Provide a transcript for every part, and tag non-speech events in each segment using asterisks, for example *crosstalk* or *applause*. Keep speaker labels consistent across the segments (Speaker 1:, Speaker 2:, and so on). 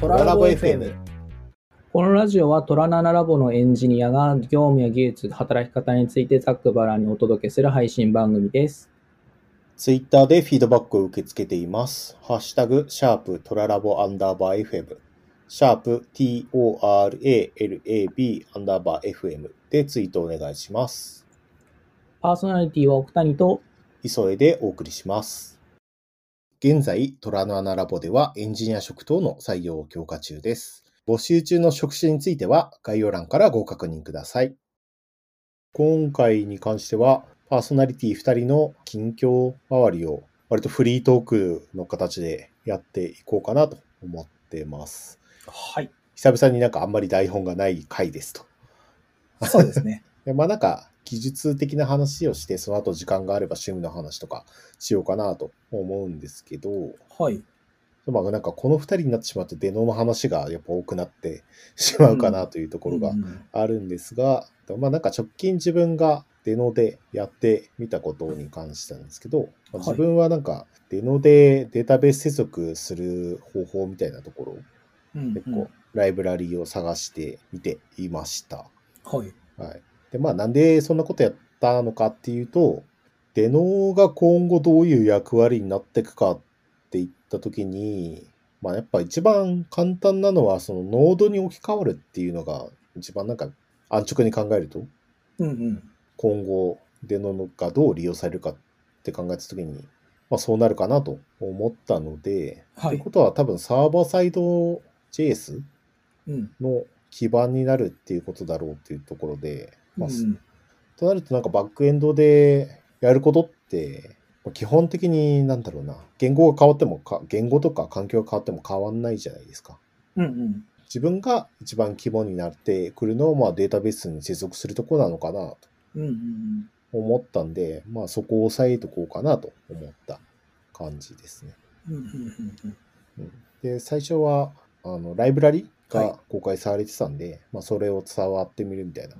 Speaker 1: ト
Speaker 2: ララボ FM。
Speaker 1: このラジオはトラナナラボのエンジニアが業務や技術、働き方についてざっくばらんにお届けする配信番組です。
Speaker 2: ツイッターでフィードバックを受け付けています。ハッシュタグ、シャープトララボアンダーバー FM、シャープ TORALAB アンダーバー FM でツイートお願いします。
Speaker 1: パーソナリティは奥谷と、
Speaker 2: 急いでお送りします。現在、トラのアナラボではエンジニア職等の採用を強化中です。募集中の職種については概要欄からご確認ください。今回に関しては、パーソナリティ2人の近況周りを割とフリートークの形でやっていこうかなと思ってます。
Speaker 1: はい。
Speaker 2: 久々になんかあんまり台本がない回ですと。
Speaker 1: そうですね。
Speaker 2: でまあなんか技術的な話をして、その後時間があれば趣味の話とかしようかなと思うんですけど、
Speaker 1: はい。
Speaker 2: まあなんかこの二人になってしまうとデノの話がやっぱ多くなってしまうかなというところが
Speaker 1: うん
Speaker 2: あるんですが、まあなんか直近自分がデノでやってみたことに関してなんですけど、まあ
Speaker 1: はい
Speaker 2: 自分はなんかデノでデータベース接続する方法みたいなところを
Speaker 1: うん
Speaker 2: 結構ライブラリを探してみていました。
Speaker 1: うんはい。
Speaker 2: はい。で、まあ、なんでそんなことやったのかっていうと、デノが今後どういう役割になっていくかっていったときに、まあ、やっぱ一番簡単なのは、そのノードに置き換わるっていうのが、一番なんか安直に考えると、
Speaker 1: うんうん。
Speaker 2: 今後デノがどう利用されるかって考えたときに、まあ、そうなるかなと思ったので、
Speaker 1: は
Speaker 2: という
Speaker 1: い
Speaker 2: こ。とは多分サーバーサイド JS
Speaker 1: うん。
Speaker 2: の基盤になるっていうことだろうっていうところで、まあ、
Speaker 1: うん
Speaker 2: となるとなんかバックエンドでやることってまあ基本的になんだろうな言語が変わってもか言語とか環境が変わっても変わんないじゃないですか
Speaker 1: うんうん。
Speaker 2: 自分が一番肝になってくるのはまあデータベースに接続するとこなのかなと
Speaker 1: うんうん
Speaker 2: 思ったんで、まあ、そこを押さえとこうかなと思った感じですね
Speaker 1: うん。うんうんうん
Speaker 2: で最初はあのライブラリ
Speaker 1: はい
Speaker 2: が公開されてたんで、まあ、それを触ってみるみたいな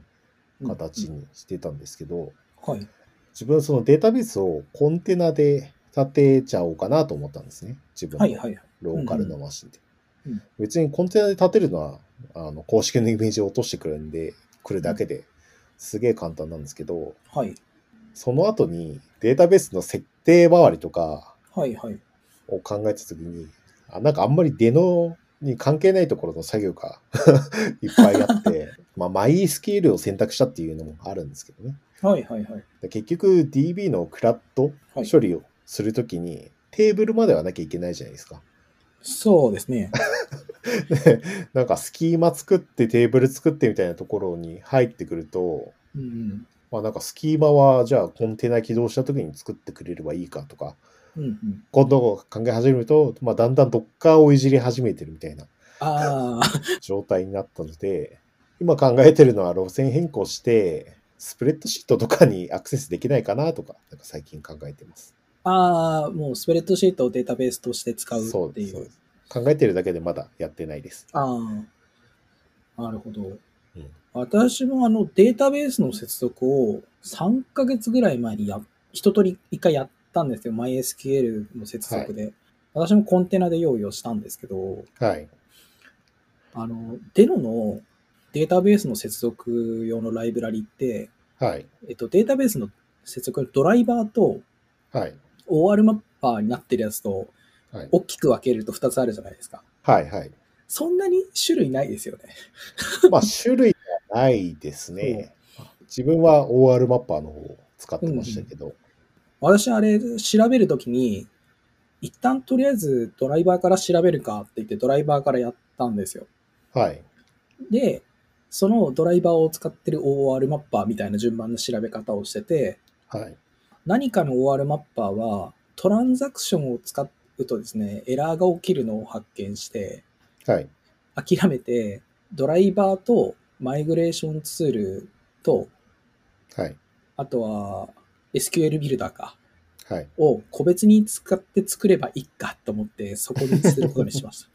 Speaker 1: うん。
Speaker 2: 形にしてたんですけど、
Speaker 1: はい。
Speaker 2: 自分そのデータベースをコンテナで立てちゃおうかなと思ったんですね。自分
Speaker 1: はい
Speaker 2: の
Speaker 1: はい。
Speaker 2: ローカルのマシンで
Speaker 1: うんうん。
Speaker 2: 別にコンテナで立てるのは、あの、公式のイメージを落としてくるんで、くるだけですげえ簡単なんですけど、
Speaker 1: はい。
Speaker 2: その後にデータベースの設定周りとか
Speaker 1: はいはい。
Speaker 2: を考えたときに、あなんかあんまり出のに関係ないところの作業が *laughs* いっぱいあって、まあ、マイスケールを選択したっていうのもあるんですけどね。
Speaker 1: はいはいはい。
Speaker 2: で結局 DB のクラッド
Speaker 1: はい。
Speaker 2: 処理をするときに、テーブルまではなきゃいけないじゃないですか。 *laughs*
Speaker 1: そうですね。
Speaker 2: でなんかスキーマ作ってテーブル作ってみたいなところに入ってくると、
Speaker 1: うんうん。
Speaker 2: まあなんかスキーマはじゃあコンテナ起動したときに作ってくれればいいかとか、
Speaker 1: うんうん。
Speaker 2: 今度考え始めると、まあだんだんドッカーをいじり始めてるみたいな
Speaker 1: ああ。
Speaker 2: 状態になったので、今考えてるのは路線変更して、スプレッドシートとかにアクセスできないかなとか、なんか最近考えてます。
Speaker 1: ああ、もうスプレッドシートをデータベースとして使う
Speaker 2: そ
Speaker 1: っ
Speaker 2: う
Speaker 1: て
Speaker 2: で
Speaker 1: い
Speaker 2: すそう
Speaker 1: う。
Speaker 2: です。考えてるだけでまだやってないです。
Speaker 1: ああ、なるほど
Speaker 2: うん。
Speaker 1: 私もあのデータベースの接続を3ヶ月ぐらい前にや、一通り一回やったんですよ。MySQL の接続で。私もコンテナで用意をしたんですけど、
Speaker 2: はい。
Speaker 1: あの、デノのデータベースの接続用のライブラリって、
Speaker 2: はい。
Speaker 1: えっと、データベースの接続のドライバーと
Speaker 2: はい。
Speaker 1: OR マッパーになってるやつと
Speaker 2: はい。
Speaker 1: 大きく分けると2つあるじゃないですか。
Speaker 2: はいはい。
Speaker 1: そんなに種類ないですよね。 *laughs*
Speaker 2: まあ、種類はないですね。自分は OR マッパーの方を使ってましたけど。
Speaker 1: 私あれ調べるときに、一旦とりあえずドライバーから調べるかって言ってドライバーからやったんですよ。
Speaker 2: はい。
Speaker 1: で、そのドライバーを使ってる OR マッパーみたいな順番の調べ方をしてて、
Speaker 2: はい。
Speaker 1: 何かの OR マッパーはトランザクションを使うとですね、エラーが起きるのを発見して、
Speaker 2: はい。
Speaker 1: 諦めてドライバーとマイグレーションツールと、
Speaker 2: はい。
Speaker 1: あとは SQL ビルダーか。
Speaker 2: はい。
Speaker 1: を個別に使って作ればいいかと思って、そこにすることにしました。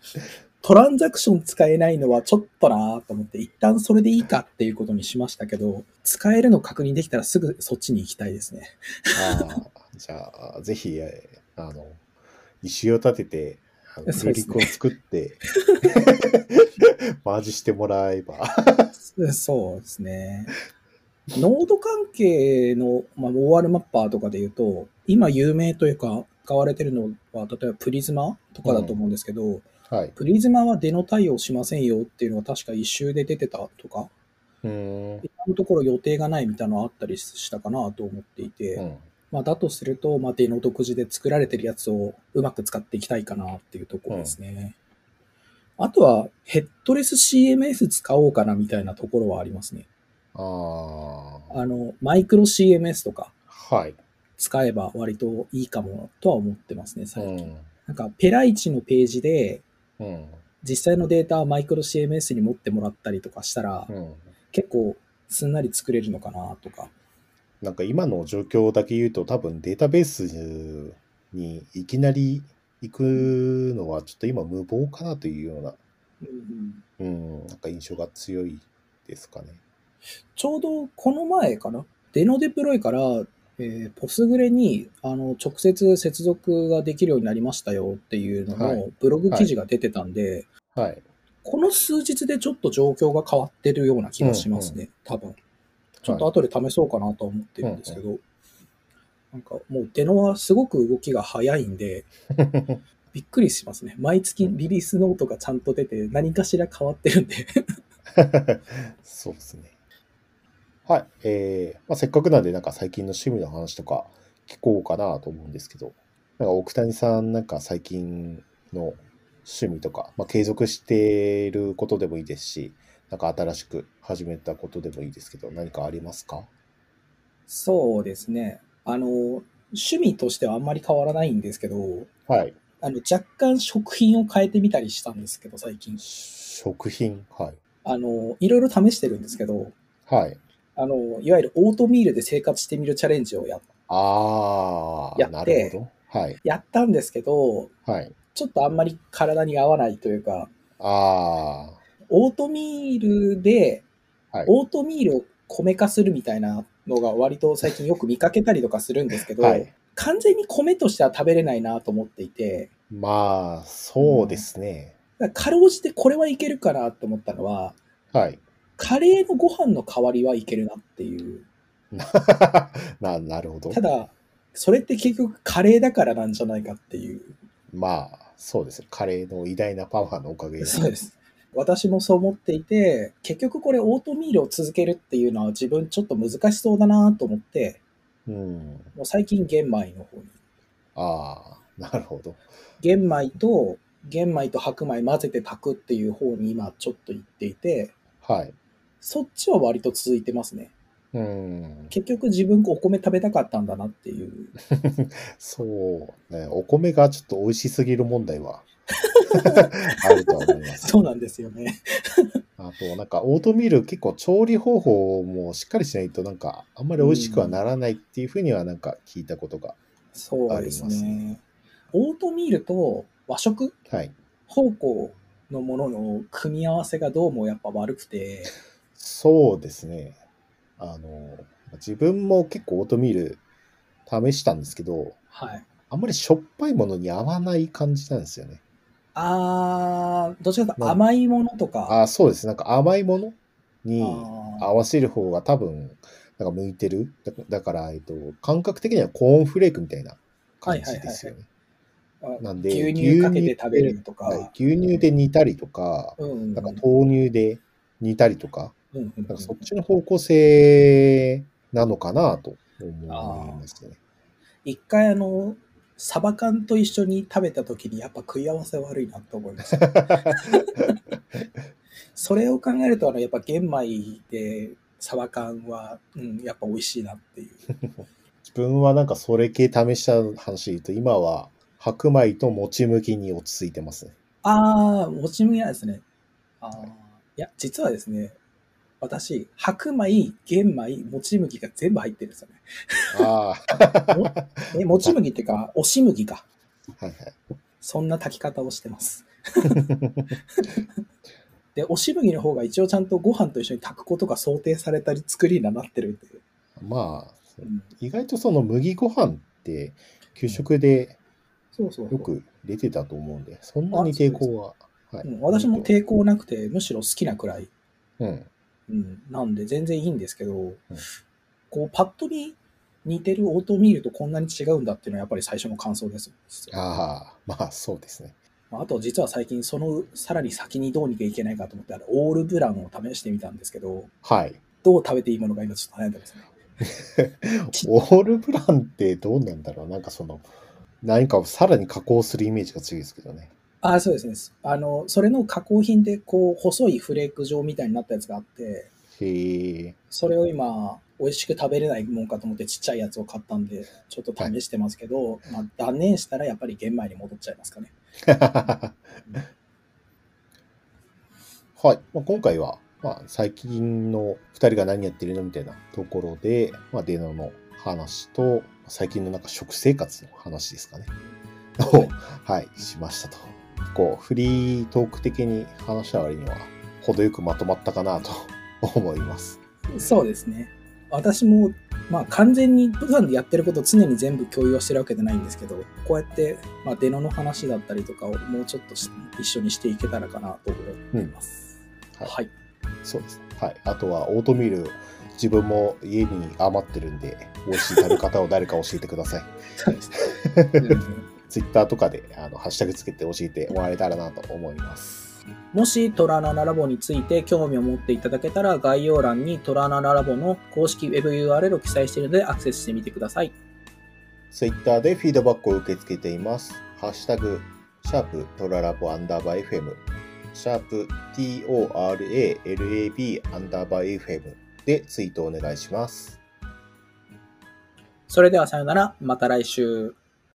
Speaker 1: トランザクション使えないのはちょっとなぁと思って、一旦それでいいかっていうことにしましたけど、使えるの確認できたらすぐそっちに行きたいですね。
Speaker 2: ああ、じゃあ、ぜひ、えーあの、石を立てて、はい
Speaker 1: そう
Speaker 2: ル
Speaker 1: で
Speaker 2: リ
Speaker 1: すね
Speaker 2: クを作って、 *laughs* マージしてもらえば。
Speaker 1: そうですね。ノード関係の、まあ、OR マッパーとかで言うと、今有名というか、使われてるのは、例えばプリズマとかだと思うんですけど、
Speaker 2: はい。
Speaker 1: プリズマはデノ対応しませんよっていうのが確か一周で出てたとか、
Speaker 2: うーん。
Speaker 1: 今のところ予定がないみたいなのあったりしたかなと思っていて、
Speaker 2: うん
Speaker 1: まあ、だとすると、まあ、デノ独自で作られてるやつをうまく使っていきたいかなっていうところですね。あとは、ヘッドレス CMS 使おうかなみたいなところはありますね。
Speaker 2: ああ。
Speaker 1: あの、マイクロ CMS とか
Speaker 2: はい。
Speaker 1: 使えば割といいかもとは思ってますね、
Speaker 2: う
Speaker 1: 最近。
Speaker 2: ん。
Speaker 1: なんか、ペライチのページで、
Speaker 2: うん。
Speaker 1: 実際のデータをマイクロ CMS に持ってもらったりとかしたら
Speaker 2: う、ん。
Speaker 1: 結構すんなり作れるのかなとか。
Speaker 2: なんか今の状況だけ言うと多分データベースにいきなり行くのはちょっと今無謀かなというような、うん、なんか印象が強いですかね。
Speaker 1: ちょうどこの前かな、デノデプロイから、えー、ポスグレにあの直接接続ができるようになりましたよっていうの
Speaker 2: は
Speaker 1: の
Speaker 2: い
Speaker 1: ブログ記事が出てたんで、
Speaker 2: はい。
Speaker 1: この数日でちょっと状況が変わってるような気がしますね、多分。ちょっと後で試そうかなとは思ってるんですけど、なんかもうデノはすごく動きが早い
Speaker 2: *laughs*
Speaker 1: んで、びっくりしますね。毎月リリースノートがちゃんと出て、何かしら変わってるんで。
Speaker 2: そうですね。はい。えーまあ、せっかくなんで、なんか最近の趣味の話とか聞こうかなと思うんですけど、なんか奥谷さん、なんか最近の趣味とか、まあ、継続していることでもいいですし、なんか新しく始めたことでもいいですけど、何かありますか
Speaker 1: そうですね。あの、趣味としてはあんまり変わらないんですけど、
Speaker 2: はい。
Speaker 1: あの、若干食品を変えてみたりしたんですけど、最近。
Speaker 2: 食品。はい。
Speaker 1: あの、いろいろ試してるんですけど、
Speaker 2: はい。
Speaker 1: あの、いわゆるオートミールで生活してみるチャレンジをや
Speaker 2: あー、
Speaker 1: やって
Speaker 2: なるほど。はい。
Speaker 1: やったんですけど、
Speaker 2: はい。
Speaker 1: ちょっとあんまり体に合わないというか、
Speaker 2: あ
Speaker 1: オートミールで、
Speaker 2: はい
Speaker 1: オートミールを米化するみたいなのが割と最近よく見かけたりとかするんですけ
Speaker 2: ー、
Speaker 1: ど、
Speaker 2: はい。
Speaker 1: 完全に米としては食べれないなと思っていて、
Speaker 2: まあ、そうですね。
Speaker 1: だからかろうじてこれはいけるかなと思ったのは、
Speaker 2: はい。 *laughs*
Speaker 1: カレーのご飯の代わりはいけるなっていう。
Speaker 2: ななるほど。
Speaker 1: ただ、それって結局カレーだからなんじゃないかっていう。
Speaker 2: まあ、そうですね。カレーの偉大なパワーのおかげ
Speaker 1: そうです。私もそう思っていて、結局これオートミールを続けるっていうのは自分ちょっと難しそうだなと思って、
Speaker 2: うん。
Speaker 1: もう最近玄米の方に。
Speaker 2: ああ、なるほど。
Speaker 1: 玄米と、玄米と白米混ぜて炊くっていう方に今ちょっと行っていて、
Speaker 2: はい。
Speaker 1: そっちは割と続いてますね。
Speaker 2: うん。
Speaker 1: 結局自分お米食べたかったんだなっていう。
Speaker 2: そう、ね。お米がちょっと美味しすぎる問題
Speaker 1: *laughs*
Speaker 2: は *laughs* あるとは思います。
Speaker 1: そうなんですよね。
Speaker 2: あと、なんか、オートミール結構調理方法もしっかりしないと、なんか、あんまり美味しくはならないっていうふうには、なんか聞いたことが。
Speaker 1: そうです
Speaker 2: あります
Speaker 1: ね。オートミールと和食
Speaker 2: はい。
Speaker 1: 方向のものの組み合わせがどうもやっぱ悪くて、
Speaker 2: そうですね。あの、自分も結構オートミール試したんですけど、
Speaker 1: はい。
Speaker 2: あんまりしょっぱいものに合わない感じなんですよね。
Speaker 1: あー、どちらかというと
Speaker 2: まあ
Speaker 1: 甘いものとか、
Speaker 2: ああ、そうです。なんか甘いものに
Speaker 1: あー
Speaker 2: 合わせる方が多分、なんか向いてる。だだから、えっと、感覚的にはコーンフレークみたいな感じですよね。
Speaker 1: あ
Speaker 2: なんで、
Speaker 1: 牛乳かけて食べるとか、
Speaker 2: はい牛乳で煮たりとか、
Speaker 1: うんうんうん、
Speaker 2: なんか豆乳で煮たりとか、
Speaker 1: うんうんうん
Speaker 2: なんかそっちの方向性なのかなと思いますね。
Speaker 1: 一回あの、サバ缶と一緒に食べた時にやっぱ食い合わせ悪いなと思い
Speaker 2: *laughs*
Speaker 1: ました。それを考えるとあのやっぱ玄米でサバ缶は、うん、やっぱ美味しいなっていう。
Speaker 2: 自分はなんかそれ系試した話で言うと、今は白米と餅向きに落ち着いてますね。
Speaker 1: ああ、もち麦なんですね。ああ、いや、実はですね、私、白米、玄米、もち麦が全部入ってるんですよね。
Speaker 2: あ
Speaker 1: え、もち麦っていうか、押し麦か。
Speaker 2: あ、はい
Speaker 1: そんな炊き方をして *laughs* ます。
Speaker 2: はい。
Speaker 1: で、押し麦の方が一応ちゃんとご飯と一緒に炊くことが想定されたり作りにはなってるんで。
Speaker 2: まあ
Speaker 1: う、ん、
Speaker 2: 意外とその麦ご飯って給食で
Speaker 1: そうそうそう
Speaker 2: よく出てたと思うんで、そんなに抵抗は。は
Speaker 1: うん、私も抵抗なくて、むしろ好きなくらい。
Speaker 2: うん。
Speaker 1: うん、なんで全然いいんですけど、こう、パッと見似てる応答を見るとこんなに違うんだっていうのはやっぱり最初の感想です。
Speaker 2: ああ、まあそうですね。
Speaker 1: まああと実は最近そのさらに先にどうにかいけないかと思ってあのオールブランを試してみたんですけど
Speaker 2: はい。
Speaker 1: どう食べていいものが今ちょっと悩んでますね。
Speaker 2: オールブランってどうなんだろうなんかその、何かをさらに加工するイメージが強いですけどね。
Speaker 1: ああそうですね。あのそれの加工品でこう細いフレーク状みたいになったやつがあって
Speaker 2: へえ。
Speaker 1: それを今美味しく食べれないもんかと思ってちっちゃいやつを買ったんでちょっと試してますけど、まあ、断念したらやっぱり玄米に戻っちゃいますかね。
Speaker 2: *laughs* はい、まあ、今回は、まあ、最近の2人が何やってるのみたいなところで、まあ、デノの話と最近のなんか食生活の話ですかね。を、はい、しましたと。こうフリートーク的に話した割には程よくまとまったかなと思います。
Speaker 1: そうですね。私も、まあ、完全に普段でやってることを常に全部共有はしてるわけじゃないんですけど、こうやって、まあ、デノの話だったりとかをもうちょっとし一緒にしていけたらかなと思います。
Speaker 2: うんはい
Speaker 1: はい。
Speaker 2: そうです。はい、あとはオートミール自分も家に余ってるんで美味しい食べ方を誰か教えてください。 *laughs*
Speaker 1: そうですね。うん
Speaker 2: ツイッターとかであのハッシュタグつけて教えてもらえたらなと思います。
Speaker 1: もしトラナナラボについて興味を持っていただけたら概要欄にトラナナラボの公式 WebURL を記載しているのでアクセスしてみてください。
Speaker 2: ツイッターでフィードバックを受け付けています。ハッシュタグ、シャープトララボアンダーバー FM、シャープ TORALAB アンダーバー FM でツイートお願いします。
Speaker 1: それではさよなら、また来週。